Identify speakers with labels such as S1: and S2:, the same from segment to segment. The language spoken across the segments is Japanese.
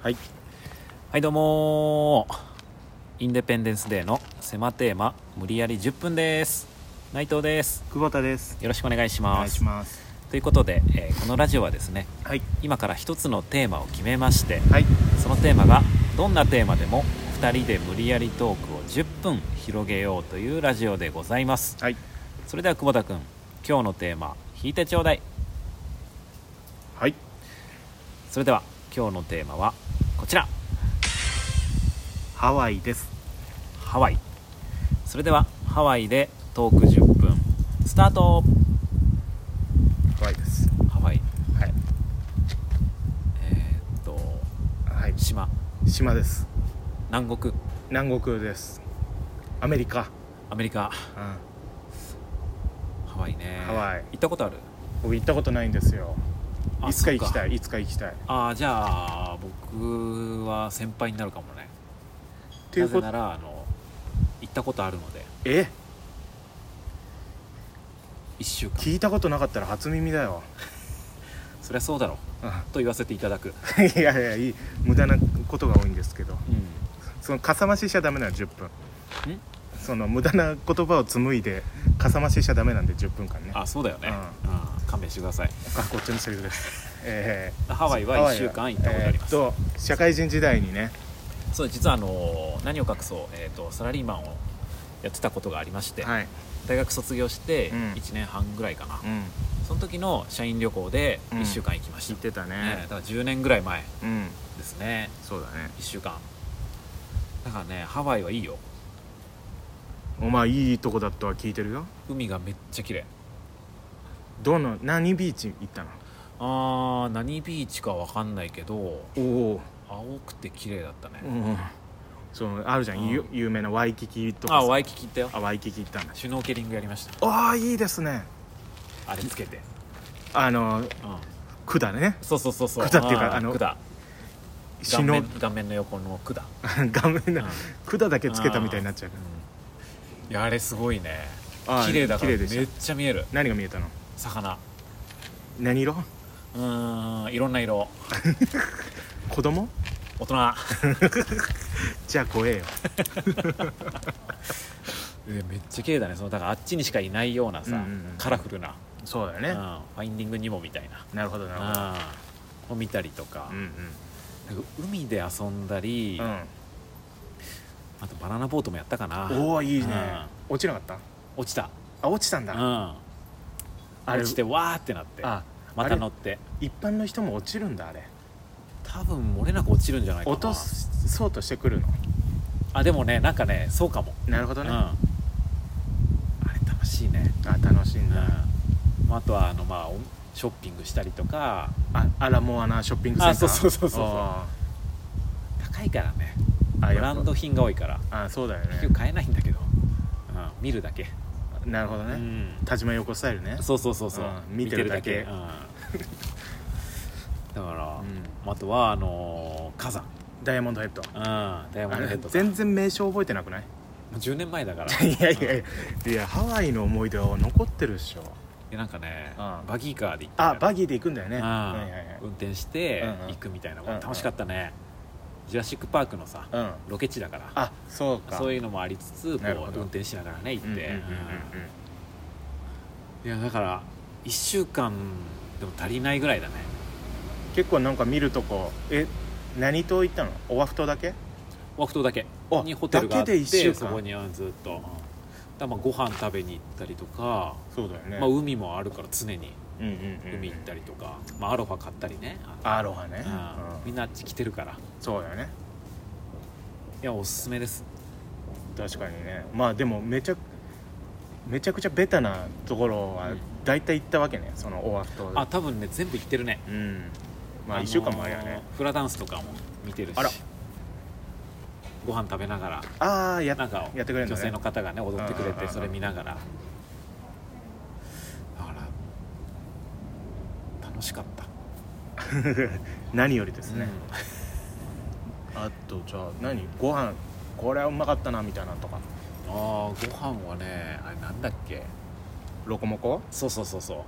S1: はい
S2: はいどうもーインデペンデンスデーの狭テーマ無理やり10分です内藤です
S1: 久保田です
S2: よろしくお願いし
S1: お
S2: ます
S1: 願いします
S2: ということで、えーこのラジオはですね
S1: はい
S2: 今から一つのテーマを決めまして
S1: はい
S2: そのテーマがどんなテーマでも2人で無理やりトークを10分広げようというラジオでございます
S1: はい
S2: それでは久保田君今日のテーマ引いてちょうだい
S1: はい
S2: それでは今日のテーマはこちら
S1: ハワイです
S2: ハワイそれではハワイでトーク10分スタート
S1: ハワイです
S2: ハワイ
S1: はい
S2: えーっと
S1: はい
S2: 島
S1: 島です
S2: 南国
S1: 南国ですアメリカ
S2: アメリカ
S1: うん
S2: ハワイね
S1: ハワイ
S2: 行ったことある
S1: 僕行ったことないんですよ
S2: あ
S1: いつか行
S2: そ
S1: き
S2: っか
S1: たいいつか行きたいっ
S2: ああじゃあ僕は先輩になるかもね
S1: てい
S2: な
S1: う
S2: ぜ
S1: こ
S2: な
S1: と
S2: らあの行ったことあるので
S1: え
S2: 1週間
S1: 聞いたことなかったら初耳だよ
S2: そりゃそうだろ
S1: うん
S2: と言わせていただく
S1: いやいやいい無駄なことが多いんですけど
S2: うん
S1: そのかさ増ししちゃダメなの10分
S2: ん
S1: その無駄な言葉を紡いでかさ増ししちゃダメなんで10分間ねあ
S2: あそうだよね、うん、勘弁してください
S1: こっちのセリフです えー
S2: ハワイは
S1: ハワ
S2: 1
S1: イ
S2: 週間行ったことあります、
S1: えーっと社会人時代にね
S2: そう実はあの何を隠そう、えー、とサラリーマンをやってたことがありまして、
S1: はい
S2: 大学卒業して
S1: うん
S2: 1年半ぐらいかな、
S1: うん
S2: その時の社員旅行で
S1: うん
S2: 1週間行きました、
S1: 聞いてたね
S2: ねだから10年ぐらい前
S1: うん
S2: ですね
S1: そうだね
S2: 1週間だからねハワイはいいよ
S1: お前いいとこだとは聞いてるよ
S2: 海がめっちゃ綺麗
S1: どの何ビーチ行ったの
S2: あー何ビーチかわかんないけど
S1: おお、
S2: 青くて綺麗だったね、
S1: うん、そのあるじゃん、
S2: うん
S1: ゆ有名なワイキキとか
S2: あ
S1: さ
S2: ワイキキ行ったよ
S1: あワイキキ行ったんだ
S2: シュノーケリングやりました
S1: ああいいですね
S2: あれつけて、
S1: あの
S2: うん、
S1: 管ね
S2: そうそうそうそう
S1: 管っていうか
S2: ん
S1: あの
S2: 管
S1: 死
S2: 顔
S1: の
S2: 面顔面の横の管
S1: 画面
S2: う
S1: なん管だけつけたみたいになっちゃうから
S2: いやあれすごいね
S1: あー
S2: 綺麗だから
S1: 綺麗
S2: め
S1: でした
S2: っちゃ見える
S1: 何が見えたの
S2: 魚
S1: 何色
S2: うーんいろんな色
S1: 子供
S2: 大人
S1: じゃあ怖えよ
S2: えめっちゃ綺麗だねそのだからあっちにしかいないような
S1: う
S2: さ、
S1: んうんうん
S2: カラフルな、
S1: そうだよ
S2: うん、ファインディングにもみたいな
S1: なるほどなるほど
S2: うんを見たりとか,、
S1: うん
S2: なんか海で遊んだり、
S1: うん
S2: あとバナナボートもやったかな
S1: うんおおいいね落ちなかった
S2: 落ちた、
S1: あ落ちたん
S2: う
S1: だ
S2: ん、
S1: あれ
S2: 落ちてわーってなって
S1: あ
S2: ま
S1: あ
S2: た
S1: れ
S2: 乗って
S1: 一般の人も落ちるんだあれ
S2: 多分漏れなく落ちるんじゃないかな
S1: 落とそうとしてくるの
S2: あでもねなんかねそうかも
S1: なるほどね
S2: うん、
S1: あ
S2: あれ楽しいね、
S1: 楽しい
S2: うんん
S1: だ
S2: まあ、あとはあの、まあ、おショッピングしたりとか
S1: あアラモアナショッピングセンター
S2: あそうそうそうそうそう
S1: あ
S2: 高いからね
S1: ーあや
S2: ブ
S1: っぱ
S2: ランド品が多いから
S1: あそうだよ
S2: 結
S1: ね
S2: 局買えないんだけど、うん、見るだけ、
S1: なるほど
S2: う
S1: ね
S2: ん、
S1: 田島横スタイルね
S2: そうそうそうそう、
S1: うん見てるだけ
S2: 見てうん、 だから
S1: う、ん
S2: あとはあのー火山、
S1: ダイヤモンドヘッド
S2: うん、ダイヤモンド
S1: あれ
S2: ヘッドさんも
S1: 全然名称覚えてな くないう
S2: 10年前だ から
S1: いやいや
S2: うん
S1: いやいやハワイの思い出は残ってるっしょ
S2: でなんかね、
S1: うん
S2: バギーカーで行った
S1: あバギーで行くんだよね
S2: うん
S1: はいはいはい
S2: 運転して
S1: うんうん
S2: 行くみたいな、
S1: うんうん
S2: 楽しかったねジュラシック・パークのさ、
S1: うん
S2: ロケ地だから
S1: あそうか
S2: そういうのもありつつこ
S1: なるほ
S2: う
S1: ど
S2: 運転しながらね行って、
S1: うんうんうんうんうん
S2: うんいやだから1週間でも足りないぐらいだね
S1: 結構なんか見るとこえ何島行ったのオアフ島だけ
S2: オアフ島だけ
S1: あ
S2: にホテルがあっ
S1: だけ
S2: て
S1: で一週間
S2: そこにうんずっと、うんだからまあご飯食べに行ったりとか、
S1: そうだよね
S2: まあ、海もあるから常に
S1: うんうんうん
S2: 海行ったりとか、まあ、アロハ買ったりね
S1: アロハね
S2: うん
S1: うん
S2: みんなあっち来てるから
S1: そうだよね
S2: いやおすすめです
S1: 確かにねまあでもめちゃめちゃくちゃベタなところは
S2: うん
S1: 大体行ったわけねそのオアフ島で
S2: あ多分ね全部行ってるね
S1: うんまあ
S2: のー
S1: 1週間もあれやね
S2: フラダンスとかも見てるし
S1: あら
S2: ご飯食べながら
S1: ああや
S2: なんか
S1: やってくれるんだね
S2: 女性の方がね踊ってくれ
S1: うんうんうんう
S2: て
S1: ん
S2: それ見ながらだから楽しかった
S1: 何よりです
S2: うん
S1: ねあとじゃあ何ご飯これはうまかったなみたいなとか
S2: ああーご飯はねあれなんだっけ
S1: ロコモコ
S2: そうそうそうそう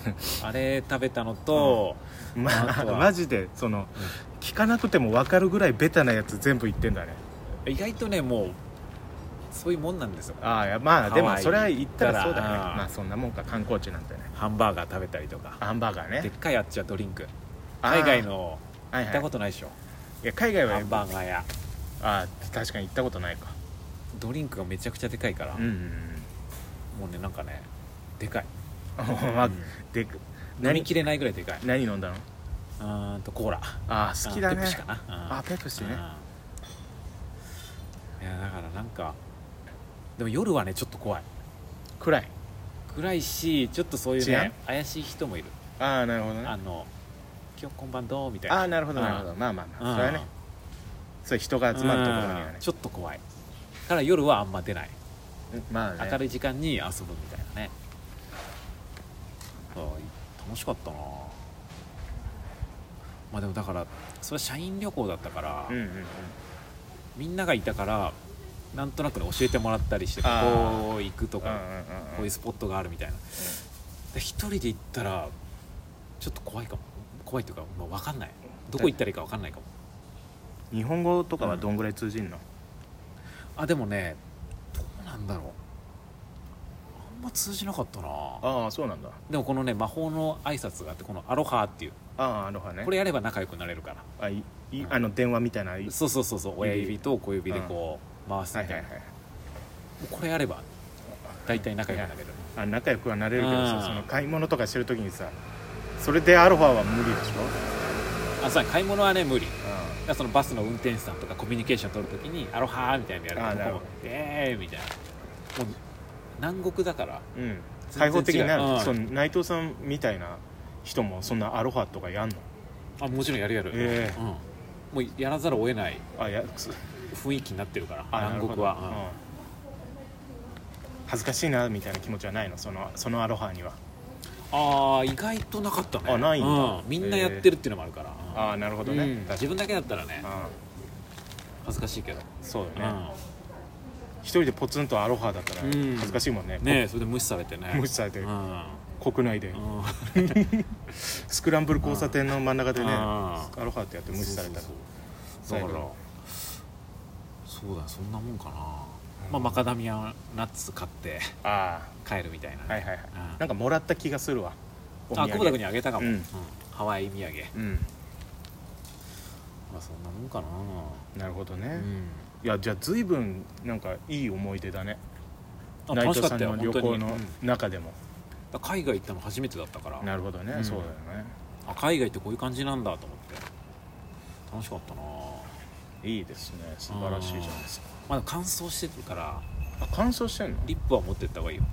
S2: あれ食べたのと、
S1: ま
S2: あ
S1: あ
S2: と は
S1: マジでその、聞かなくても分かるぐらいベタなやつ全部言ってんだね
S2: 意外とねもうそういうもんなんですよ
S1: ああいやまあで
S2: ハ
S1: も
S2: ワイ
S1: それは言ったらそうだね
S2: 行ったら
S1: まあそんなもんか観光地なんてね
S2: ハンバーガー食べたりとか
S1: ハンバーガー
S2: でっ
S1: ね
S2: かいあっちはドリンク
S1: あー
S2: 海外の
S1: はいは
S2: 行っ
S1: い
S2: たことないでしょ、
S1: いや海外は
S2: ハンバーガーや
S1: ああ確かに行ったことないか
S2: ドリンクがめちゃくちゃでかいから、
S1: うんうん
S2: もうねなんかねでかい、
S1: うん まあ
S2: うん
S1: で
S2: 飲み
S1: 何
S2: きれないぐらいでかい
S1: 何飲んだの
S2: うーんとコーラ
S1: ああ好きだ
S2: うんペ
S1: ね
S2: プシかなうん
S1: あペプシね
S2: うんいやだからなんかでも夜はねちょっと怖い
S1: 暗い
S2: 暗いしちょっとそういう
S1: 治安
S2: ね怪しい人もいる
S1: ああなるほどね
S2: あの「今日こんばんどう?」みたい
S1: あ
S2: な
S1: あなるほど
S2: うん
S1: なるほどまあまあま
S2: う
S1: あ
S2: ん
S1: それはねそういう人が集まるところには
S2: う
S1: ね
S2: んちょっと怖いだから夜はあんま出ない
S1: まあ
S2: 明る
S1: ね
S2: い時間に遊ぶみたいなねあ楽しかったなまあでもだからそれは社員旅行だったから、
S1: うんうんうん
S2: みんながいたからなんとなくね教えてもらったりしてこ
S1: あー
S2: こ行くと
S1: うん
S2: か
S1: うんうん
S2: こういうスポットがあるみたいなで一人で行ったらちょっと怖いかも怖いというか、まあ、分かんないどこ行ったらいいか分かんないかも
S1: 日本語とかはどんぐらい通じんの
S2: あでもねどうなんだろうあんま通じなかったな
S1: ああそうなんだ
S2: でもこのね魔法の挨拶があってこの「アロハ」っていう
S1: ああアロハね
S2: これやれば仲良くなれるから
S1: あいいあの電話みたいない
S2: そうそうそうそう親指と小指でこう回す
S1: は
S2: み
S1: い
S2: た
S1: はいい
S2: な
S1: はい
S2: これやれば大体仲良くなれる
S1: あ仲良くはなれるけど
S2: う
S1: さ
S2: ん
S1: その買い物とかしてる時にさそれでアロハは無理でしょ
S2: あそう買い物はね無理
S1: う
S2: だからそのバスの運転手さんとかコミュニケーション取るときに「アロハー」みたいなのや
S1: あー
S2: る
S1: な
S2: と
S1: る
S2: も
S1: ほ
S2: う
S1: ど
S2: 「えー」みたいなもう南国だから
S1: んうん
S2: 全然違う
S1: 開放的になる
S2: うん
S1: その内藤さんみたいな人もそんなアロハとかやんの
S2: あもちろんやるやる、
S1: ええ
S2: うん、もうやらざるを得ない
S1: あいやす
S2: 雰囲気になってるから
S1: あなる
S2: 南
S1: ほど
S2: 国
S1: うん
S2: は、
S1: 恥ずかしいなみたいな気持ちはないのそのそのアロハには
S2: うんああ意外となかったね
S1: あないんだ
S2: うみんなやってるっていうのもあるから、うん
S1: ああなるほどね、
S2: うん
S1: 確
S2: 自分だけだったらね
S1: か
S2: 恥ずかしいけど、
S1: にそう
S2: う
S1: だね、一人でポツンとアロハだったら
S2: うん
S1: 恥ずかしいもんね,
S2: ん、ねえそれで無視されてね
S1: 無視されて
S2: うんうん
S1: 国内でスクランブル交差点の真ん中でね
S2: うん
S1: アロハってやって無視されたら
S2: そうそ
S1: 最
S2: う
S1: 後
S2: そうだからそうだそんなもんかな、まあ、マカダミアナッツ買って
S1: あ
S2: 帰るみたいな、
S1: あはいはいはい
S2: うん
S1: なんかもらった気がするわお土
S2: あ
S1: 産
S2: 久保田君にあげたかも、
S1: うん
S2: うんハワイ土産
S1: うん
S2: まあそんなもんかな
S1: なるほど
S2: う
S1: ね、
S2: ん
S1: いやじゃあ随分なんかいい思い出だね
S2: あ
S1: 内
S2: 楽し
S1: 藤
S2: か
S1: さ
S2: っ
S1: ん
S2: たよ
S1: の
S2: 本
S1: 旅
S2: 当に、
S1: 行
S2: うん
S1: の
S2: だか
S1: 中でも、
S2: ら海外行ったの初めてだったから
S1: なるほどね、
S2: うん
S1: そうだよね
S2: あ海外ってこういう感じなんだと思って楽しかったな、
S1: いいですね素晴らしいじゃないですか
S2: まだ乾燥してるから
S1: あ乾燥してんのへ
S2: リップは持ってった方がいいよ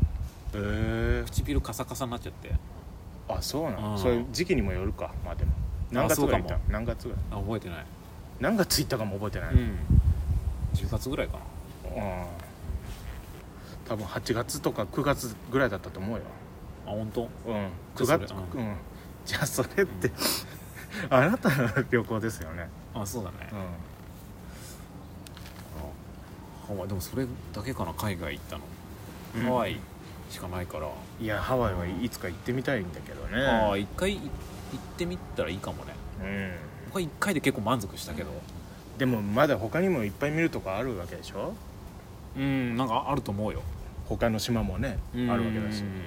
S1: え
S2: 唇カサカサになっちゃって
S1: あそうなの、
S2: うん
S1: そういう時期にもよるかまあでも何月ぐらい行った
S2: そう
S1: の何月ぐらい
S2: あ覚えてない、
S1: 何月行ったかも覚えてない、
S2: うん10月ぐらいか
S1: うん
S2: な
S1: 多分8月とか9月ぐらいだったと思うよ
S2: あ本当
S1: うん
S2: じ
S1: 9
S2: ゃあ
S1: 月
S2: それ
S1: う
S2: うん
S1: んじゃあそれってあなたの旅行ですよね
S2: あそうだね、
S1: うん
S2: ハワイでもそれだけかな海外行ったの、
S1: うん
S2: ハワイしかないから、
S1: いやハワイはいつか行ってみたいんだけどね
S2: ああ一回い行ってみたらいいかもね
S1: うん
S2: 僕は一回で結構満足したけど
S1: でもまだ他にもいっぱい見るとこあるわけでしょ
S2: うんなんかあると思うよ
S1: 他の島もねあるわけだし
S2: うん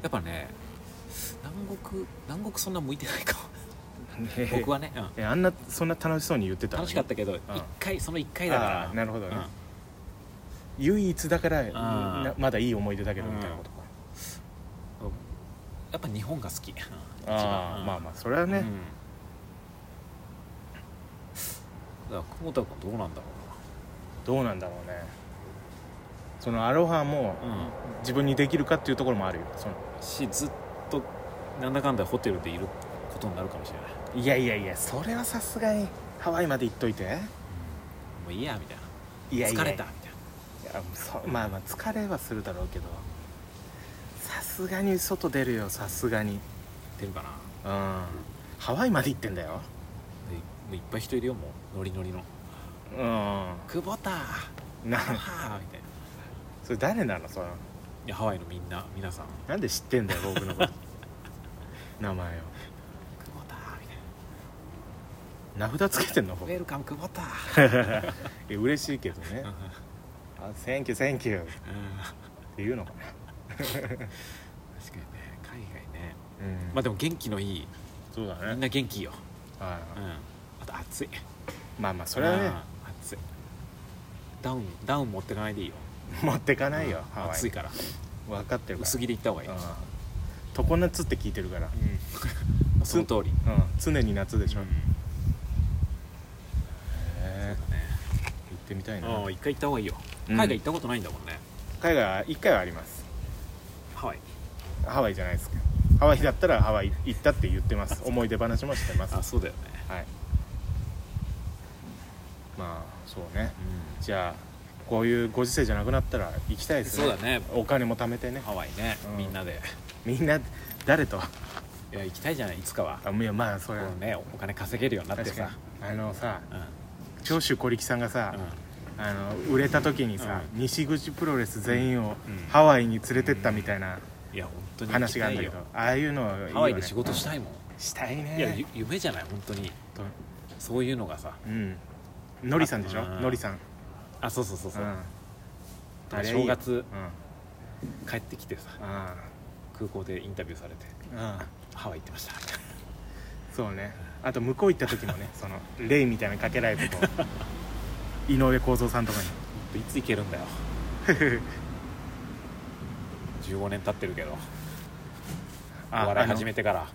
S2: やっぱね南国南国そんな向いてないかも僕はね、うん
S1: えあんなそんな楽しそうに言ってたの
S2: 楽
S1: に
S2: しかったけど一回その一回だか
S1: あ
S2: ら
S1: ーなるほどね
S2: うん
S1: 唯一だからなまだいい思い出だけど
S2: うん
S1: みたいなことか
S2: やっぱ日本が好き一番
S1: あ
S2: う
S1: あ
S2: ん
S1: まあまあそれはね、
S2: うんだから久保田君どうなんだろ
S1: どうなんだろうねそのアロハも
S2: うな、うん、
S1: 自分にできるかっていうところもあるよその
S2: しずっとなんだかんだホテルでいることになるかもしれない
S1: いやいやいやそれはさすがにハワイまで行っといて
S2: もういいやみたい
S1: いやい
S2: な
S1: や
S2: 疲れた
S1: い
S2: みたい
S1: やそまあまあ疲れはするだろうけどさすがに外出るよさすがにうん
S2: な出るかな
S1: ハワイまで行ってんだよ
S2: でもういっぱい人いるよもうノリノリの
S1: うんな
S2: 「久保田はあ」みたいな
S1: それ誰なのその
S2: いやハワイのみんな皆さん
S1: なんで知ってんだよ 僕のこと名前を
S2: 「久保田」みたいな
S1: 名札つけてんの
S2: ウ
S1: 僕
S2: ェルカム久保田
S1: いや嬉しいけどね「あセンキューセンキュー」っていうのかな
S2: 確かにね海外ね
S1: うん
S2: まあでも元気のいい
S1: そうだ
S2: みん
S1: ね
S2: な元気よ、
S1: は
S2: うん、あと暑い
S1: いまあまあそれはね
S2: うん暑いダウンダウン持ってかないでいいよ
S1: 持ってかないよ
S2: うん
S1: ハワイ
S2: 暑いから
S1: 分かってるから
S2: 薄着で行った方がいい、
S1: うん常夏って聞いてるから
S2: うん、その通り、
S1: うん常に夏でしょ
S2: うん
S1: へえ行ってみたいな
S2: ああ一回行った方がいいよ
S1: うん
S2: 海外行ったことないんだもんね、
S1: 海外は1回はあります
S2: ハワイ
S1: ハワイじゃないですけどハワイだったらハワイ行ったって言ってます思い出話もしてます
S2: あそうだよね、
S1: はいまあそうねじゃあこういうご時世じゃなくなったら行きたいですね
S2: そうだね
S1: お金も貯めてね
S2: ハワイね、
S1: うん
S2: みんなで
S1: みんな誰と
S2: いや行きたいじゃないいつかは
S1: あいやまあそれ
S2: こ
S1: は
S2: うねお金稼げるようになって
S1: 確か
S2: さ、
S1: にあのさ
S2: うん
S1: 長州小力さんがさ、あの売れた時にさ、西口プロレス全員を
S2: うん
S1: ハワイに連れてったみたいない
S2: や本当に行
S1: 話
S2: き
S1: があ
S2: た
S1: るん
S2: い
S1: だけ
S2: よ
S1: ど、ああいうのいいよ、ね、
S2: ハワイで仕事したいもん、
S1: したいね
S2: いやゆ夢じゃない本当に
S1: と
S2: そういうのがさ
S1: うんのりさんでしょ
S2: あうん
S1: のりさん、
S2: あそうそうそうそうう、
S1: ん、
S2: だから
S1: あれいいよ
S2: 正月
S1: うん
S2: 帰ってきてさ
S1: あ
S2: 空港でインタビューされて
S1: あ
S2: ハワイ行ってました
S1: そうねあと向こう行った時も ねそのレイみたいなのかけられてこ う井上公造さんとかに
S2: いつ行けるんだ よ15年経ってるけどお笑い始めてから
S1: て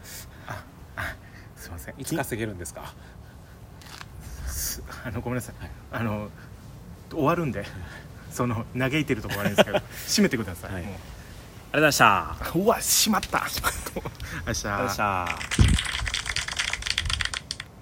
S1: すいません
S2: いつ稼げるんですか
S1: す あのごめんなさい、
S2: はい
S1: あの終わるんでその嘆いてるとこ悪いんですけど 閉めてください、
S2: はい
S1: も
S2: ありがとうございました
S1: ううわ閉まった明日
S2: ありがとうございました